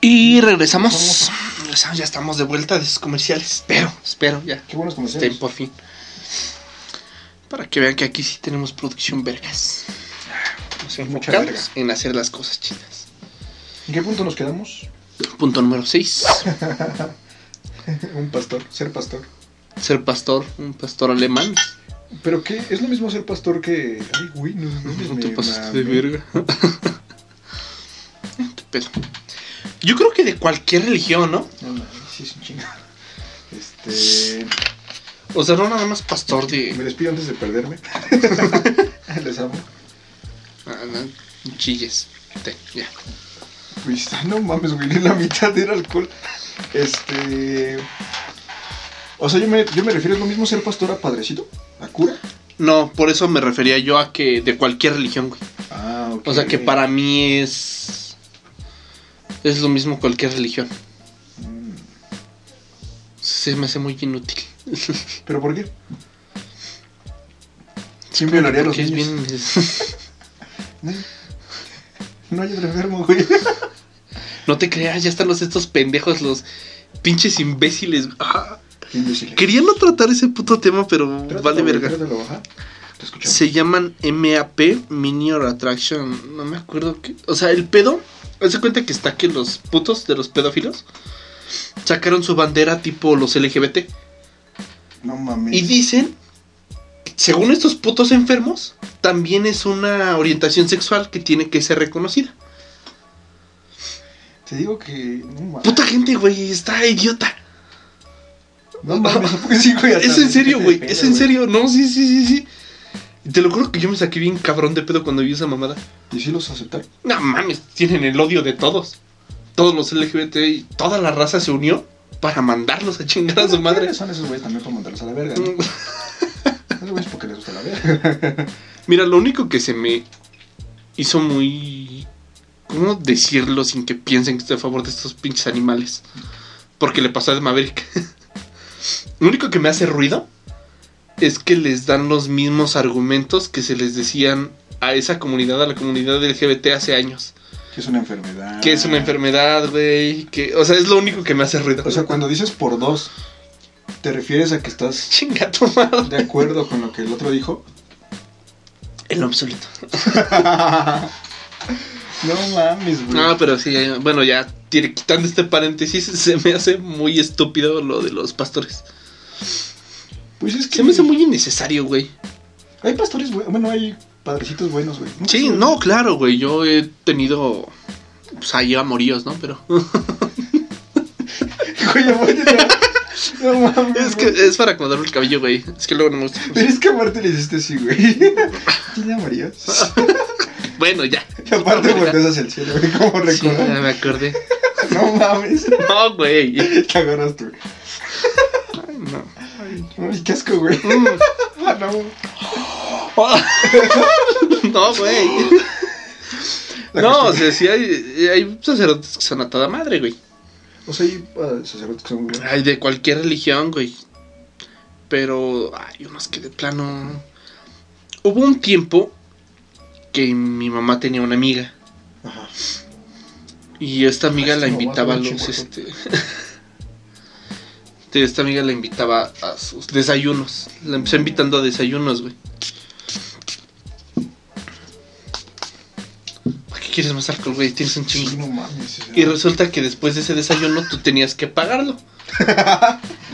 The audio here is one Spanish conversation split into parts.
Y regresamos. regresamos. Ya estamos de vuelta de sus comerciales. Espero, espero, ya. Qué buenos Estén comerciales. por fin. Para que vean que aquí sí tenemos producción vergas. Nos Mucha enfocamos en hacer las cosas chidas. ¿En qué punto nos quedamos? Punto número 6. Un pastor, ser pastor. Ser pastor, un pastor alemán. ¿Pero qué? ¿Es lo mismo ser pastor que...? Ay, güey, no, no, No me te pases de mamé. verga. Este pedo. Yo creo que de cualquier religión, ¿no? No, no, sí es un chingo. Este... O sea, no nada más pastor Me de. despido antes de perderme. Les amo. Ah, no, chilles. Te- ya. Pues, no mames, güey, ni la mitad era alcohol. Este... O sea, yo me, yo me refiero, ¿es lo mismo ser pastor a padrecito? ¿A cura? No, por eso me refería yo a que de cualquier religión, güey. Ah, ok. O sea, que para mí es. Es lo mismo cualquier religión. Mm, Se me hace muy inútil. ¿Pero por qué? ¿Quién violaría a los Porque es niños? bien- es- No hay- No hay otro enfermo, güey. No te creas, ya están los estos pendejos, los pinches imbéciles. Ah, quería no tratar ese puto tema, pero Trátalo, vale güey, verga. trátalo, ajá. Te escuchamos. Se llaman MAP, Minior Attraction. No me acuerdo qué. O sea, el pedo. Hace cuenta que está que los putos de los pedófilos sacaron su bandera tipo los LGBT. No mames. Y dicen, según estos putos enfermos, también es una orientación sexual que tiene que ser reconocida. Te digo que. No mames. Puta gente, güey, está idiota. No mames, ¿a poco sí, güey? Hasta Es me en serio, saqué de güey. pedo, Es en serio. No, sí, sí, sí, sí. Y Te lo juro que yo me saqué bien cabrón de pedo cuando vi esa mamada. ¿Y si los aceptaron? No mames, tienen el odio de todos. Todos los LGBT y toda la raza se unió para mandarlos a chingar a su madre. Mm, Son esos güeyes también para mandarlos a la verga. ¿no? Esos güeyes porque les gusta la verga. Mira, lo único que se me hizo muy... ¿Cómo decirlo sin que piensen que estoy a favor de estos pinches animales? Porque le pasó a Maverick. lo único que me hace ruido es que les dan los mismos argumentos que se les decían a esa comunidad, a la comunidad LGBT hace años. que es una enfermedad. Que es una enfermedad, güey. Que, o sea, es lo único que me hace ruido. O sea, cuando dices por dos, ¿te refieres a que estás Chinga tu madre. de acuerdo con lo que el otro dijo? En lo absoluto. no mames, güey. No, pero sí, eh, bueno, ya tiene- quitando este paréntesis, se me hace muy estúpido lo de los pastores. Pues es que. Se me hace muy innecesario, güey. Hay pastores, güey. Bueno, hay padrecitos buenos, güey. ¿No? Sí, no, claro, güey. Yo he tenido. Pues ahí amoríos, ¿no? Pero. Güey, ya voy a- No mames. Es que pues es para acomodar el cabello, güey. Es que luego no me gusta. Pero es que aparte le hiciste así, güey. ¿Tiene amarillas? Bueno, ya. Y aparte volteas hacia el cielo, güey, como Sí, ya recordar. me acordé. No mames. No, güey. Ay, Te agarras tú. no. Ay, qué asco, güey. Mm. Ah, no. No, güey. La No, o sea, costumbre. sí hay, hay sacerdotes que son a toda madre, güey. O sea, hay ah, sacerdotes que son güey. Ay, de cualquier religión, güey. Pero hay unos que de plano. Hubo un tiempo que mi mamá tenía una amiga. Ajá. Y esta amiga Ay, la no, invitaba a vas a ver, los. chico, Este, de esta amiga la invitaba a sus desayunos. La empezó invitando a desayunos, güey. ¿Para qué quieres más alcohol, güey? Tienes un chingo. Sí, no mames. o sea. Y resulta que después de ese desayuno tú tenías que pagarlo.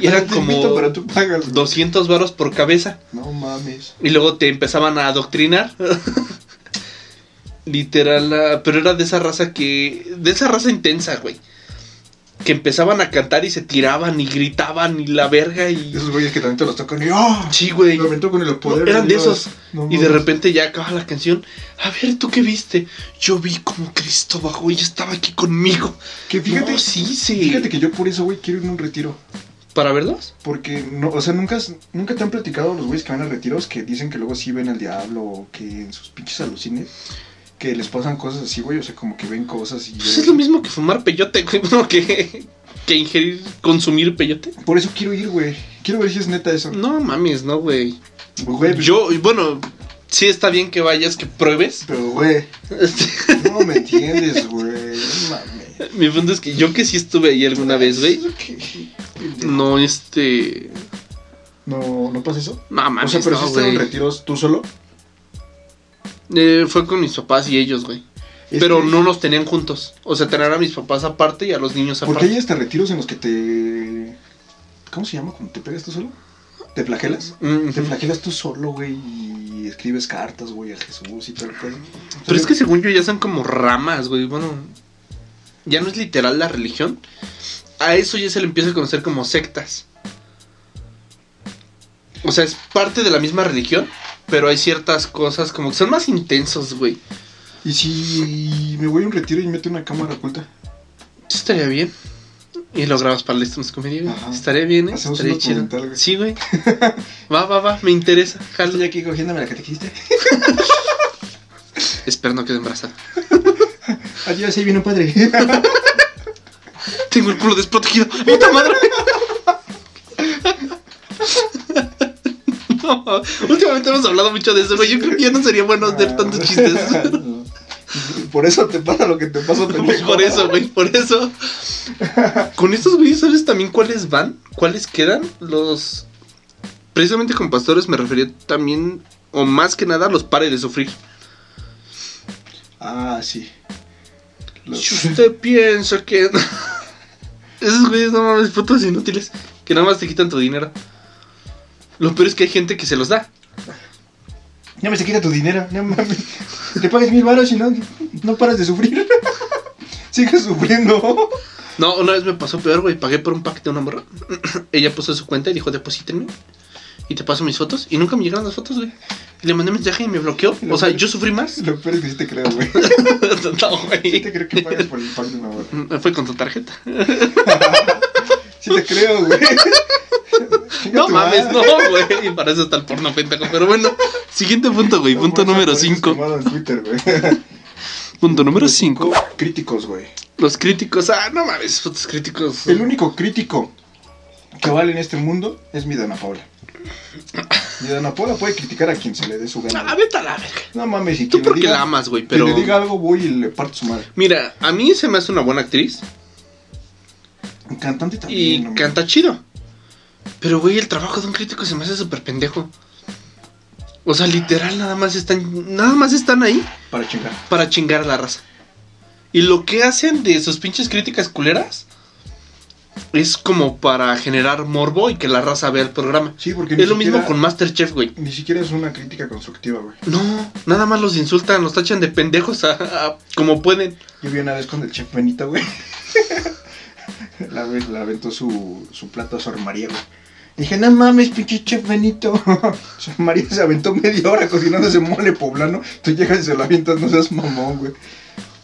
Y Ay, eran te invito, como pero tú pagas. güey. 200 varos por cabeza. No mames. Y luego te empezaban a adoctrinar. Literal, ah, pero era de esa raza que... De esa raza intensa, güey. Que empezaban a cantar y se tiraban y gritaban y la verga y... Esos güeyes que también te los tocan y ¡oh! Sí, güey. Lo aventó con el poder. Eran de Dios. esos. No Y de mames. repente ya acaba la canción. A ver, ¿tú qué viste? Yo vi como Cristo bajó y estaba aquí conmigo. Que fíjate. No, sí, sí. Fíjate que yo por eso, güey, quiero ir a un retiro. ¿Para verlos? Porque, no, o sea, nunca, has- nunca te han platicado los güeyes que van a retiros que dicen que luego sí ven al diablo o que en sus pinches alucines que les pasan cosas así, güey. O sea, como que ven cosas y. Pues es lo mismo que fumar peyote, güey, bueno, que, que ingerir, consumir peyote. Por eso quiero ir, güey. Quiero ver si es neta eso. No mames, no, güey. Güey, pues- Yo, y bueno, sí está bien que vayas, que pruebes. Pero, güey, Este, no me entiendes, güey. No mames. Mi punto es que yo que sí estuve ahí alguna vez, güey. No, este. No, no pasa eso. No, O mames, sea, pero no, si estás en güey. retiros tú solo. Eh, fue con mis papás y ellos, güey. Es pero que- no los tenían juntos. O sea, tenían a mis papás aparte y a los niños Porque aparte. hay hasta retiros en los que te. ¿Cómo se llama cuando te pegas tú solo? ¿Te flagelas? Mm, Te ujú. flagelas tú solo, güey, y escribes cartas, güey, a Jesús y tal. tal. Pero es que según yo ya son como ramas, güey. Bueno, ya no es literal la religión. A eso ya se le empieza a conocer como sectas. O sea, es parte de la misma religión, pero hay ciertas cosas como que son más intensos, güey. ¿Y si me voy a un retiro y meto una cámara oculta? Estaría bien. Y lo grabas para el Estamos Comedia, güey. Ajá. Estaría bien, ¿eh? Hacemos un Estaría chido. documental, güey. Sí, güey. va, va, va. Me interesa. Jalo. aquí cogiéndome la que te quiste. Espero no quede embarazada. Adiós, ahí viene un padre. Tengo el culo desprotegido. ¡Puta madre! No, últimamente hemos hablado mucho de eso, güey. Yo creo que ya no sería bueno Ah. hacer tantos chistes. No. Por eso te pasa lo que te pasa, pendejo. Por eso, güey, por eso. Con estos güeyes, ¿sabes también cuáles van? ¿Cuáles quedan? Los. Precisamente con pastores me refería también, o más que nada, a los pares de sufrir. Ah, sí. Los- Si usted piensa que. Esos güeyes no mames, putos inútiles. Que nada más te quitan tu dinero. Lo peor es que hay gente que se los da. Ya me se quita tu dinero, no mames. Te pagas mil baros y no, no paras de sufrir. Sigues sufriendo. No, una vez me pasó peor, güey. Pagué por un paquete de una morra. Ella puso su cuenta y dijo, deposítenme. Y te paso mis fotos. Y nunca me llegaron las fotos, güey. Y le mandé mensaje y me bloqueó. O sea, yo sufrí más. Lo peor es que sí te creo, güey. no, Sí güey. Mm, te creo que pagas por el pack de una hora. Fue con tu tarjeta. Sí te creo, güey. Chinga No tu mames, madre. no, güey. Y para eso está el porno pendejo. Pero bueno, siguiente punto, güey. Punto Por eso número por eso 5. quemado en Twitter, güey. Punto número 5. Críticos, güey. Los críticos. Ah, no mames, putos críticos. El único crítico que vale en este mundo es mi Dana Paula. Mi Dana Paula puede criticar a quien se le dé su Ah, gana. vete a la verga. No mames, y Tú quien le porque diga- la amas, güey, quien pero... le diga algo, voy y le parto su madre. Mira, a mí se me hace una buena actriz Cantante y también. no mames. canta chido. Pero, güey, el trabajo de un crítico se me hace súper pendejo. O sea, literal, nada más están... Nada más están ahí Para chingar. para chingar a la raza. Y lo que hacen de sus pinches críticas culeras... Es como para generar morbo y que la raza vea el programa. Sí, porque ni Es lo mismo siquiera- con Masterchef, güey. Ni siquiera es una crítica constructiva, güey. No, nada más los insultan, los tachan de pendejos a- a- como pueden. Yo vi una vez con el chef Benito, güey. la vez la aventó su, su plato a Sor María, güey. Dije, no mames, pinche chef Benito. Sor María se aventó media hora cocinando ese mole poblano. Tú llegas y se lo avientas, no seas mamón, güey.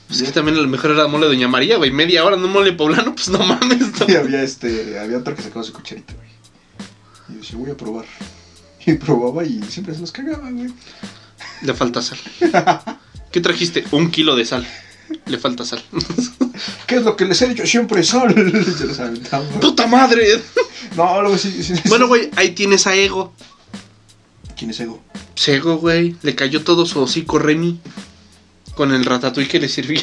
Pues es que también a lo mejor era mole de Doña María, güey. Media hora no mole poblano, pues no mames. no. Y había este, había otro que sacaba su cucharita, güey. Y yo decía, voy a probar. Y probaba y siempre se los cagaba, güey. Le falta sal. ¿Qué trajiste? Un kilo de sal. Le falta sal. ¿Qué es lo que les he dicho siempre? Sol. Y se los aventaba. ¡Puta madre! No, luego sí. sí, sí. Bueno, güey, ahí tienes a Ego. ¿Quién es Ego? Pues Ego, güey, le cayó todo su hocico Remy con el ratatouille que le sirvió.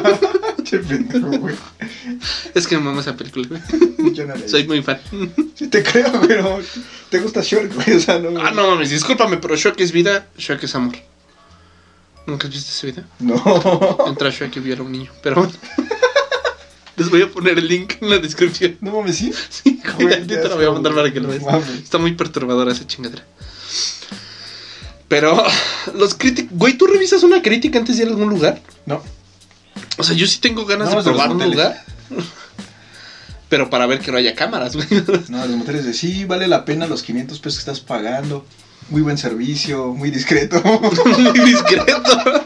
Che pendejo, güey. Es que me mama esa película, güey. Yo no le Soy muy fan. Sí te creo, pero te gusta Short, güey. O sea, no. Ah, no mames, discúlpame, pero Shrek es vida, Shrek es amor. ¿Nunca has visto ese video? No. Entra Shrek y viola a un niño, pero bueno. Les voy a poner el link en la descripción. No mames, sí. Sí, güey, Güey, ahorita qué te lo voy a asco, mandar güey. para que lo No veas. mames. Está muy perturbadora esa chingadera. Pero los críticos... Güey, ¿tú revisas una crítica antes de ir a algún lugar? No. O sea, yo sí tengo ganas No, de es de los probar un moteles. lugar. Pero para ver que no haya cámaras, güey. No, los motores de sí, vale la pena los 500 pesos que estás pagando. Muy buen servicio, muy discreto. Muy discreto.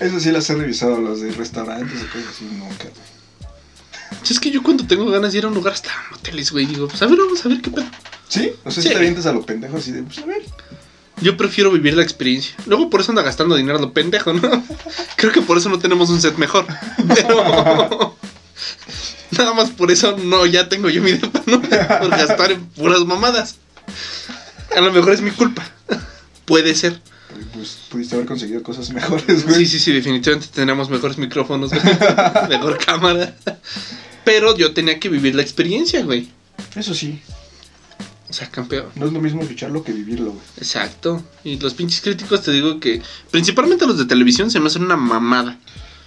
Eso sí las he revisado, los de restaurantes y cosas así, nunca. güey. Es que yo cuando tengo ganas de ir a un lugar hasta moteles, güey, digo, pues a ver, vamos a ver qué pedo. ¿Sí? O sea, Sí. si te avientas a lo pendejo así de, pues a ver. Yo prefiero vivir la experiencia. Luego por eso anda gastando dinero a lo pendejo, ¿no? Creo que por eso no tenemos un set mejor. Pero. Nada más por eso no, ya tengo yo mi depa, ¿no? Por gastar en puras mamadas. A lo mejor es mi culpa. Puede ser. Porque, pues pudiste haber conseguido cosas mejores, güey. Sí, sí, sí, definitivamente tenemos mejores micrófonos, güey. mejor cámara. Pero yo tenía que vivir la experiencia, güey. Eso sí, O sea, campeón. no es lo mismo lucharlo que vivirlo, güey. Exacto. Y los pinches críticos te digo que, principalmente los de televisión, se me hacen una mamada.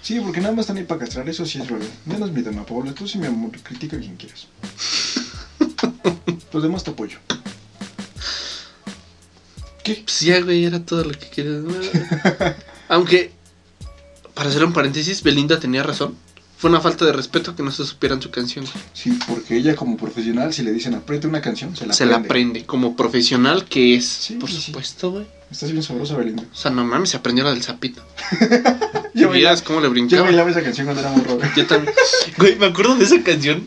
Sí, porque nada más están ahí para castrar, eso sí es verdad. Menos mi dama Paula, tú sí mi amor, critica a quien quieras. Los demás te apoyo. ¿Qué? Pues ya, güey, era todo lo que quería. Aunque, para hacer un paréntesis, Belinda tenía razón. Fue una falta de respeto que no se supieran su canción. güey. Sí, porque ella como profesional, si le dicen apriete una canción, se la se la aprende, como profesional que es. Sí, por sí. supuesto, güey. Estás bien sabrosa, Belinda. O sea, no mames, se aprendió la del sapito. Yo Yo bailaba, vieras cómo le yo brincaba. bailaba esa canción cuando era muy rock. Yo también. Güey, me acuerdo de esa canción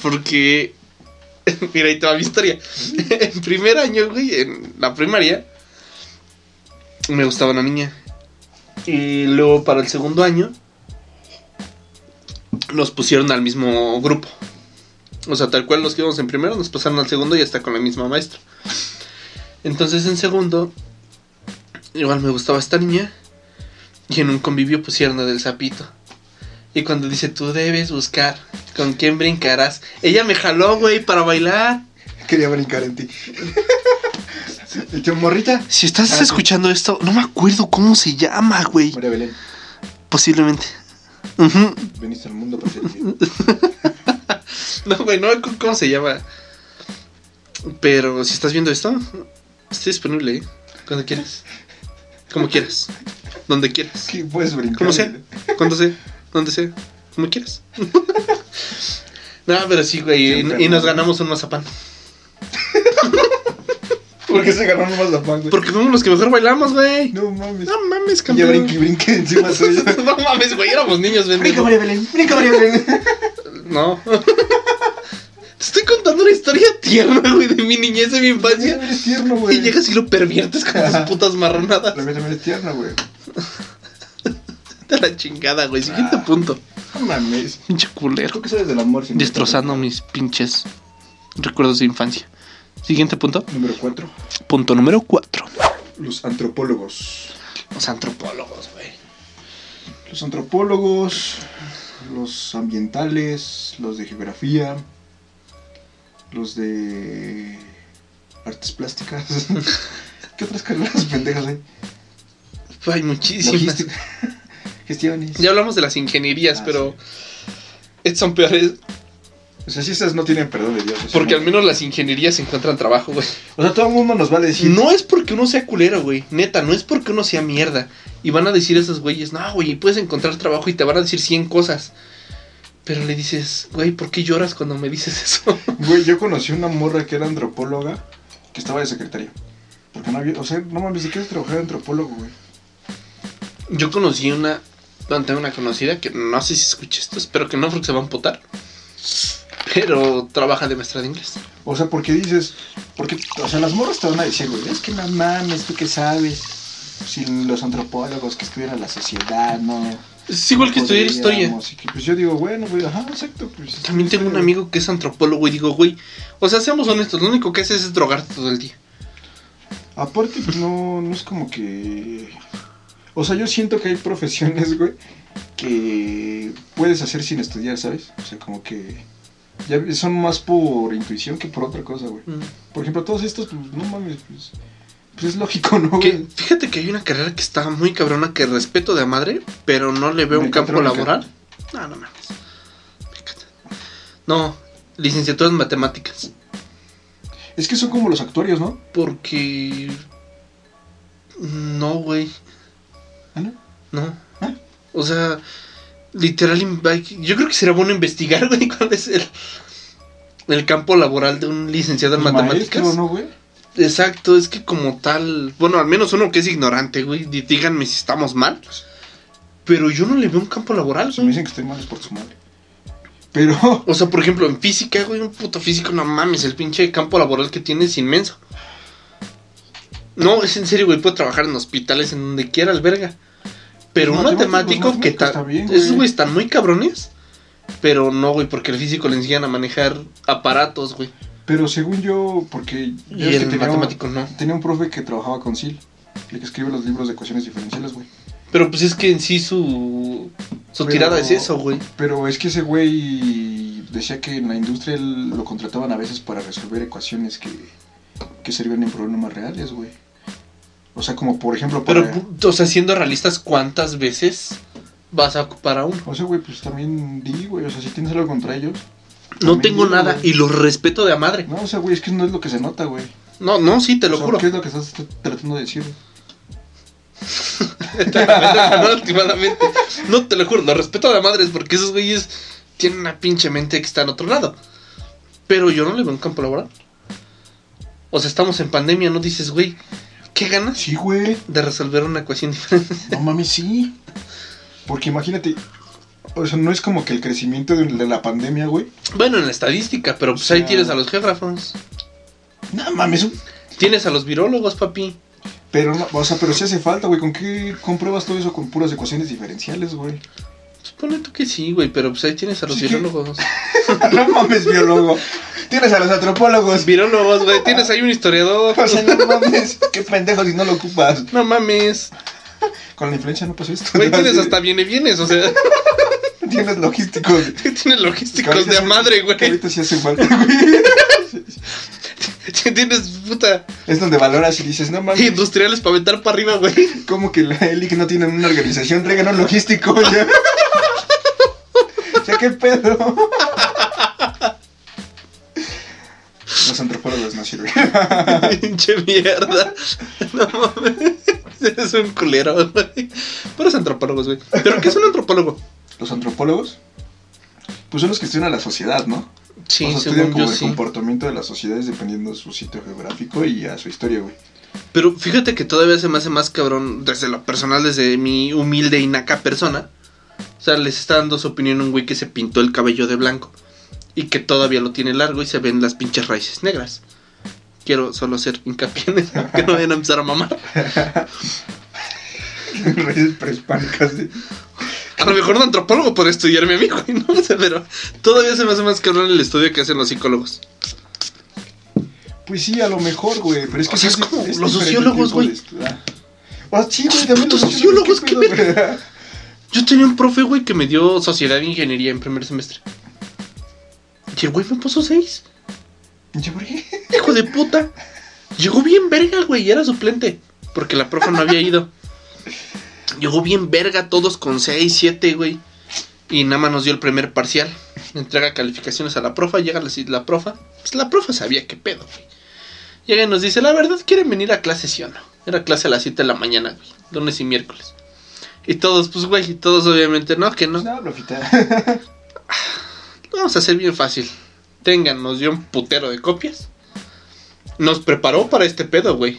porque. Mira, ahí toda mi historia. En primer año, güey, en la primaria, me gustaba una niña. Y luego para el segundo año, nos pusieron al mismo grupo. O sea, tal cual los que íbamos en primero, nos pasaron al segundo y hasta con la misma maestra. Entonces en segundo, igual me gustaba esta niña. Y en un convivio pusieron la del sapito. Y cuando dice, tú debes buscar con quién brincarás. Ella me jaló, güey, para bailar. Quería brincar en ti. Y tú, morrita. Si estás Ah, sí. escuchando esto, no me acuerdo cómo se llama, güey. María Belén, Posiblemente. Ujú. veniste al mundo para ser libre. No, güey, no me acuerdo cómo se llama. Pero si estás viendo esto, estoy disponible, ¿eh? Cuando quieras. Como quieras. Donde quieras. Sí, puedes brincar. Como sea. Cuando sea. Donde sea. Como quieras. no, pero sí, güey. y- Y, nos ganamos un mazapán. ¿Por qué se ganó nomás la pan, güey? Porque fuimos los que mejor bailamos, güey. No mames. No mames, ya campeón. brinqué, brinqué encima suya. no mames, güey, éramos niños, Brinca pendejo. María Belén, brinca María Belén. No. Te estoy contando una historia tierna, güey, de mi niñez, de mi Sí, infancia. eres tierno, güey. Y llegas y lo perviertes con esas putas marronadas. La mía también es tierna, güey. De la chingada, güey. Siguiente Ah. punto. No mames. Pinche culero. ¿Tú qué sabes del amor? si no- Destrozando mis pinches recuerdos de infancia. Siguiente punto. Número 4. Punto número 4. Los antropólogos. Los antropólogos, güey. Los antropólogos, los ambientales, los de geografía, los de artes plásticas. ¿Qué otras carreras pendejas hay? Hay muchísimas. Logística. Gestiones. Ya hablamos de las ingenierías, Ah, pero estas son peores O sea, si esas no tienen perdón de Dios. o sea, porque no- al menos las ingenierías encuentran trabajo, güey. O sea, todo el mundo nos va a decir. No es porque uno sea culero, güey. Neta, no es porque uno sea mierda. Y van a decir esos güeyes, no, güey, puedes encontrar trabajo y te van a decir 100 cosas. Pero le dices, güey, ¿por qué lloras cuando me dices eso? Güey, yo conocí una morra que era antropóloga que estaba de secretaria. Porque no había. O sea, no mames, ¿de qué es trabajar de antropólogo, güey? Yo conocí una. Bueno, tengo una conocida que no sé si escucha esto, espero que no, porque se va a amputar. Pero trabaja de maestra de inglés. O sea, porque dices, porque, o sea, las morras te van a decir, güey, es que no mames, tú qué sabes, si los antropólogos que estudian la sociedad, no. Es igual que estudiar historia. podríamos", y que, pues yo digo, bueno, güey, ajá, exacto. Pues, También tengo un historia, amigo que es antropólogo y digo, güey, o sea, seamos honestos, lo único que haces es drogarte todo el día. güey. Aparte, pues, no, no es como que. O sea, yo siento que hay profesiones, güey, que puedes hacer sin estudiar, ¿sabes? O sea, como que. Ya son más por intuición que por otra cosa, güey. Por ejemplo, todos estos, pues, no mames, pues. Pues es lógico, ¿no? Que- güey? fíjate que hay una carrera que está muy cabrona que respeto de a madre, pero no le veo un campo Mecatrónica. laboral. No, no mames. Fíjate. No, licenciatura en matemáticas. Es que son como los actuarios, ¿no? Porque. No, güey. ¿Ah, no? No. ¿Ah? O sea, literal. in- hay que- Yo creo que será bueno investigar, güey, cuál es el, el campo laboral de un licenciado en Pues matemáticas. maestro, ¿no, güey? Exacto, es que como tal, bueno, al menos uno que es ignorante, güey, di- díganme si estamos mal. Pero yo no le veo un campo laboral, Si me güey. dicen que estoy mal es por su madre. Pero, O sea, por ejemplo, en física, güey, un puto físico, no mames, el pinche campo laboral que tiene es inmenso. No, es en serio, güey, puedo trabajar en hospitales, en donde quiera, alberga. Pero un Los matemático matemáticos, los que matemáticos tal. también, güey. Esos, güey, están muy cabrones. Pero no, güey, porque al físico le enseñan a manejar aparatos, güey. pero según yo, porque yo Y el matemático no. un, tenía un profe que trabajaba con SIL. El que escribe los libros de ecuaciones diferenciales, güey. Pero pues es que en sí su, su Pero- tirada es eso, güey. Pero es que ese güey decía que en la industria él- lo contrataban a veces para resolver ecuaciones que, que servían en problemas reales, güey. O sea, como por ejemplo para... Pero, pu- o sea, siendo realistas, ¿cuántas veces vas a ocupar a uno? O sea, güey, pues también di, güey. O sea, si tienes algo contra ellos. No También tengo digo, nada güey. y los respeto de a madre. No, o sea, güey, es que no es lo que se nota, güey. No, no, sí, te lo O sea, juro. ¿Qué es lo que estás t- tratando de decir? no, últimamente. No, te lo juro, lo respeto a la madre es porque esos güeyes tienen una pinche mente que está en otro lado. Pero yo no le veo un campo laboral. O sea, estamos en pandemia, no dices, güey, ¿qué ganas Sí, güey. de resolver una ecuación diferente? No mames, sí. Porque imagínate. O sea, no es como que el crecimiento de, de la pandemia, güey. Bueno, en la estadística, pero pues O ahí sea- tienes a los geógrafos, No mames. un- tienes a los virólogos, papi. Pero no, o sea, pero sí hace falta, güey. ¿Con qué compruebas todo eso? Con puras ecuaciones diferenciales, güey. Supone tú que sí, güey, pero pues ahí tienes a los Sí, ¿qué? virólogos. no mames, biólogo. Tienes a los antropólogos. Virólogos, güey, tienes ahí un historiador. O sea, no mames. Qué pendejo si no lo ocupas. No mames, Con la influencia no pasó esto. güey, tienes hasta viene bienes, o sea, Tienes logísticos. tienes Que logísticos ahorita de a sí- madre, que güey. ahorita sí hace falta, güey. Tienes puta Es donde valoras y dices, no mames, industriales para aventar para arriba, güey. como que la Eli que no tienen una organización, traigan un logístico, ya. ya qué pedo. Los antropólogos no sirven. Pinche mierda. No mames. Eres un culero, güey. Puros antropólogos, güey. ¿Pero qué es un antropólogo? Los antropólogos, pues son los que estudian a la sociedad, ¿no? Sí, o sea, estudian según como yo el sí. comportamiento de las sociedades dependiendo de su sitio geográfico y a su historia, güey. Pero fíjate que todavía se me hace más cabrón desde lo personal, desde mi humilde y naca persona. O sea, les está dando su opinión a un güey que se pintó el cabello de blanco y que todavía lo tiene largo y se ven las pinches raíces negras. Quiero solo hacer hincapié en eso, que no vayan a empezar a mamar. Raíces prehispánicas. de- A lo mejor un antropólogo podría estudiarme a mí, güey, no sé, pero todavía se me hace más cabrón el estudio que hacen los psicólogos. Pues sí, a lo mejor, güey. Pero es que O sea, sí es como diferente los sociólogos, tipo güey. de estu- ah. Ah, sí, güey, también putos los sociólogos, ¿qué qué pedo, güey? Yo tenía un profe, güey, que me dio sociedad e ingeniería en primer semestre. Y el güey me puso seis. Pinche, ¿por qué? Hijo de puta. Llegó bien verga, güey, y era suplente. Porque la profe no había ido. Llegó bien verga, todos con 6, 7, güey. Y nada más nos dio el primer parcial. Entrega calificaciones a la profa, llega la, la profa. Pues la profa sabía qué pedo, güey. Llega y nos dice, la verdad, ¿quieren venir a clase sí o no? Era clase a las 7 de la mañana, güey. Lunes y miércoles. Y todos, pues, güey, y todos obviamente, no, que no. Pues nada, blofita. Lo Vamos a hacer bien fácil. Tengan, nos dio un putero de copias. Nos preparó para este pedo, güey.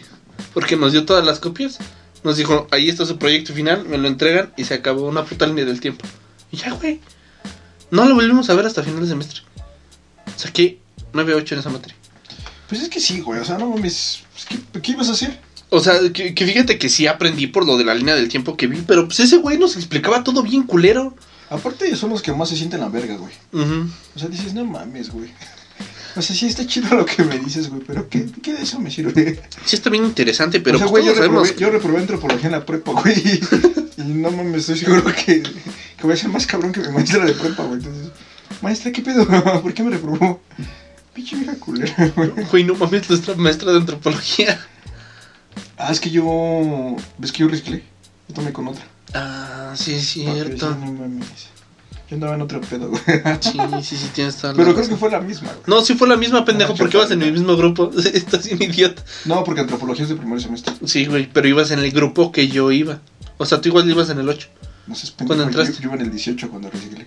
Porque nos dio todas las copias. Nos dijo, ahí está su proyecto final, me lo entregan y se acabó una puta línea del tiempo. Y ya, güey. No lo volvimos a ver hasta final de semestre. Saqué 9-8 en esa materia. Pues es que sí, güey. O sea, no mames. pues, ¿qué, ¿Qué ibas a hacer? O sea, que, que fíjate que sí aprendí por lo de la línea del tiempo que vi, pero pues ese güey nos explicaba todo bien culero. Aparte, son los que más se sienten la verga, güey. Ujú. O sea, dices, no mames, güey. O sea, sí está chido lo que me dices, güey. Pero ¿qué, qué de eso me sirve? Sí está bien interesante, pero o sea, pues güey, yo todos sabemos reprobé, yo reprobé antropología en la prepa, güey. Y no mames, estoy seguro que, que voy a ser más cabrón que mi maestra de prepa, güey. Entonces, maestra, ¿qué pedo? ¿Por qué me reprobó? Pinche vieja culera, güey. Güey, no mames, nuestra maestra de antropología. Ah, es que yo. ¿Ves que yo reciclé? Yo tomé con otra. Ah, sí, es Porque yo cierto. no mames. Yo andaba en otro pedo, güey. Sí, sí, sí, tienes toda la Pero creo razón. que fue la misma, güey. No, sí fue la misma, pendejo, Ah, porque yo ibas en el mismo grupo. Estás bien idiota. No, porque antropología es de primer semestre. Sí, güey, pero ibas en el grupo que yo iba. O sea, tú igual ibas en el 8. No sé, ¿Cuándo pendejo. Yo, entraste? yo iba en el 18 cuando reciclé.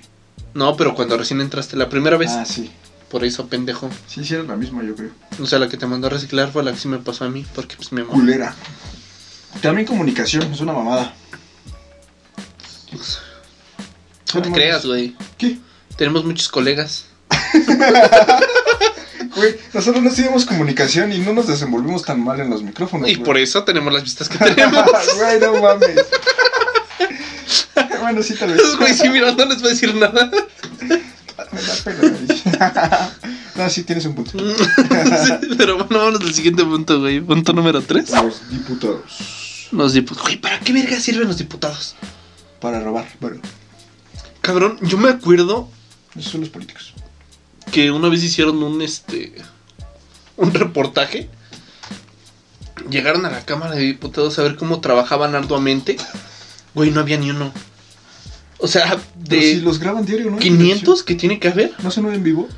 No, pero cuando recién entraste la primera vez, Ah, sí. por eso, pendejo. Sí, sí, era la misma, yo creo. O sea, la que te mandó a reciclar fue la que sí me pasó a mí, porque pues mi amor. Culera. También comunicación, es una mamada. No te creas, güey. ¿Qué? Tenemos muchos colegas. Güey, nosotros no estudiamos comunicación y no nos desenvolvimos tan mal en los micrófonos. Y güey. por eso tenemos las vistas que tenemos. Güey, no mames. bueno, sí, tal vez. Esos güey, sí, mira, no les voy a decir nada. Me da pena, güey. no, sí, tienes un punto. Sí, pero bueno, vámonos al siguiente punto, güey. Punto número 3. Los diputados. Los diputados. Güey, ¿para qué verga sirven los diputados? para robar. Bueno, Cabrón, yo me acuerdo esos son los políticos. que una vez hicieron un este un reportaje. Llegaron a la Cámara de Diputados a ver cómo trabajaban arduamente. Güey, no había ni uno. O sea, Pero si de los graban diario, ¿no? 500 que tiene que haber. ¿No se no en vivo?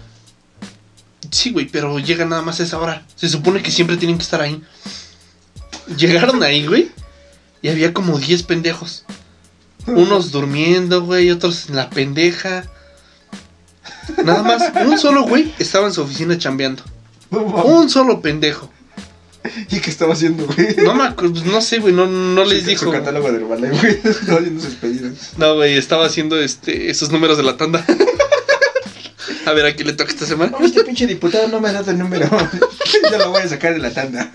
Sí, güey, pero llegan nada más a esa hora. Se supone que siempre tienen que estar ahí. Llegaron ahí, güey. Y había como 10 pendejos. Unos durmiendo, güey, otros en la pendeja. Nada más, un solo güey estaba en su oficina chambeando. No, mames. Un solo pendejo. ¿Y qué estaba haciendo, güey? No me acu- pues, no sé, güey, no, no les Su- Su dijo. catálogo de Herbalife, güey. Estaba haciendo sus pedidos. No, güey, estaba haciendo este, esos números de la tanda. A ver, ¿a quién le toca esta semana? No, este pinche diputado no me ha dado el número. ya lo voy a sacar de la tanda.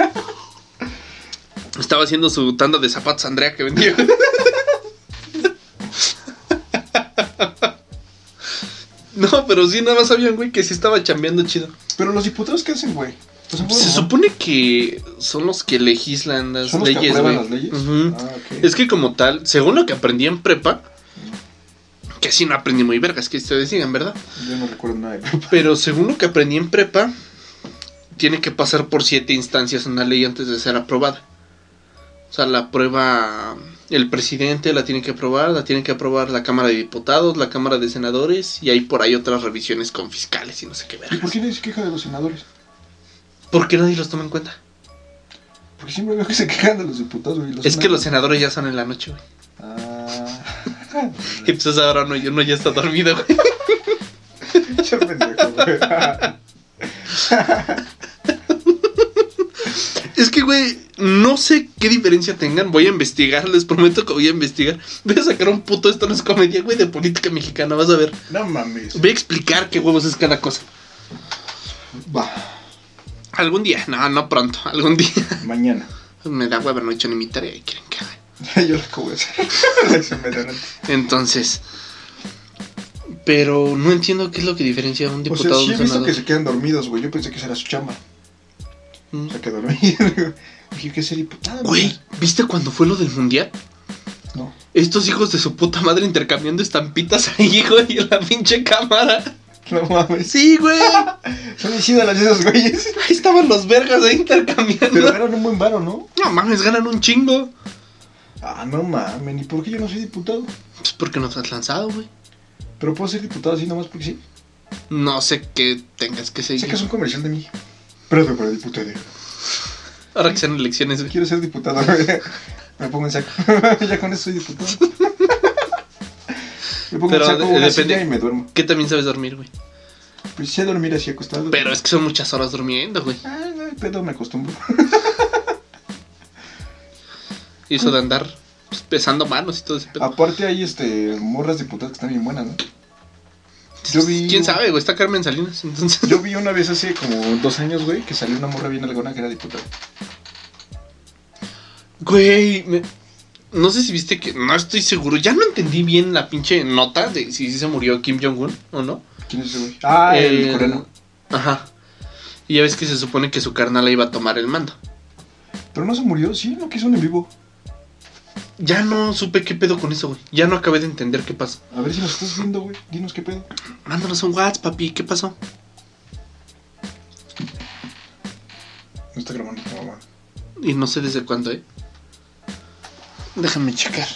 Estaba haciendo su tanda de zapatos Andrea que vendió. No, pero sí, nada más sabían, güey, que sí estaba chambeando chido. Pero los diputados, ¿qué hacen, güey? O sea, Se bueno, supone que son los que legislan Pues, las ¿Son los que leyes, aprueban güey. las leyes? Ujú. Ah, ok. Es que como tal, según lo que aprendí en prepa, que sí no aprendí muy vergas, que ustedes digan, ¿verdad? Yo no recuerdo nada de Pero según lo que aprendí en prepa, tiene que pasar por siete instancias una ley antes de ser aprobada. O sea, la aprueba el presidente, la tiene que aprobar, la tiene que aprobar la Cámara de Diputados, la Cámara de Senadores y hay por ahí otras revisiones con fiscales y no sé qué ¿Y por vergas. qué nadie se queja de los senadores? ¿Por qué nadie los toma en cuenta? Porque siempre veo que se quejan de los diputados, güey. Es que los senadores ya son en la noche, güey. Ah. Y pues ahora no, uno ya está dormido, güey. Pinche pendejo, güey. Es que, güey, no sé qué diferencia tengan. Voy a investigar, les prometo que voy a investigar. Voy a sacar un puto esto no es comedia, güey, de política mexicana, vas a ver. No mames. Voy a explicar qué huevos es cada cosa. Va. Algún día, no, no pronto, algún día. Mañana. Me da hueva, no he hecho ni mi tarea y quieren que haga. Yo lo acabo de hacer. La que se me da antes. Entonces, pero no entiendo qué es lo que diferencia a un O sea, diputado sí de he un visto senador. que se quedan dormidos, güey. Yo pensé que esa era su chamba. Mm. O sea, que dormían. Dije que ser diputado. Güey, ¿viste cuando fue lo del mundial? No. Estos hijos de su puta madre intercambiando estampitas ahí, güey, en la pinche cámara. No mames. Sí, güey. Son las de esos güeyes. Ahí estaban los vergas ahí Pero intercambiando. ganaron un buen varo, ¿no? No mames, ganan un chingo. Ah, no mames. ¿Y por qué yo no soy diputado? Pues porque nos has lanzado, güey. Pero puedo ser diputado así nomás porque sí. No sé qué tengas que seguir. Sé que es un comercial de mí. Pero para diputado. Ahora que sean elecciones, güey. Quiero ser diputado. Me pongo en saco. ya con eso soy diputado. Me pongo Pero en saco de- una depende- silla y me duermo. Que también sabes dormir, güey. Pues sé dormir así acostado. Pero es que son muchas horas durmiendo, güey. Ah, no, el pedo me acostumbro. Y eso de andar pues, pesando manos y todo ese pedo. Aparte hay este morras diputadas que están bien buenas, ¿no? yo vi- ¿Quién sabe, güey? Está Carmen Salinas, entonces. Yo vi una vez hace como dos años, güey, que salió una morra bien alguna que era diputada. Güey, me- no sé si viste que. No estoy seguro. Ya no entendí bien la pinche nota de si sí se murió Kim Jong-un o no. ¿Quién es ese güey? Ah, el, Eh, coreano. Ajá. Y ya ves que se supone que su carnal iba a tomar el mando. Pero no se murió, sí, no quiso un en vivo. Ya no supe qué pedo con eso, güey. Ya no acabé de entender qué pasó. A ver si nos estás viendo, güey. Dinos qué pedo. Mándanos un WhatsApp, papi. ¿Qué pasó? No está grabando tu mamá. Y no sé desde cuándo, ¿eh? Déjame checar.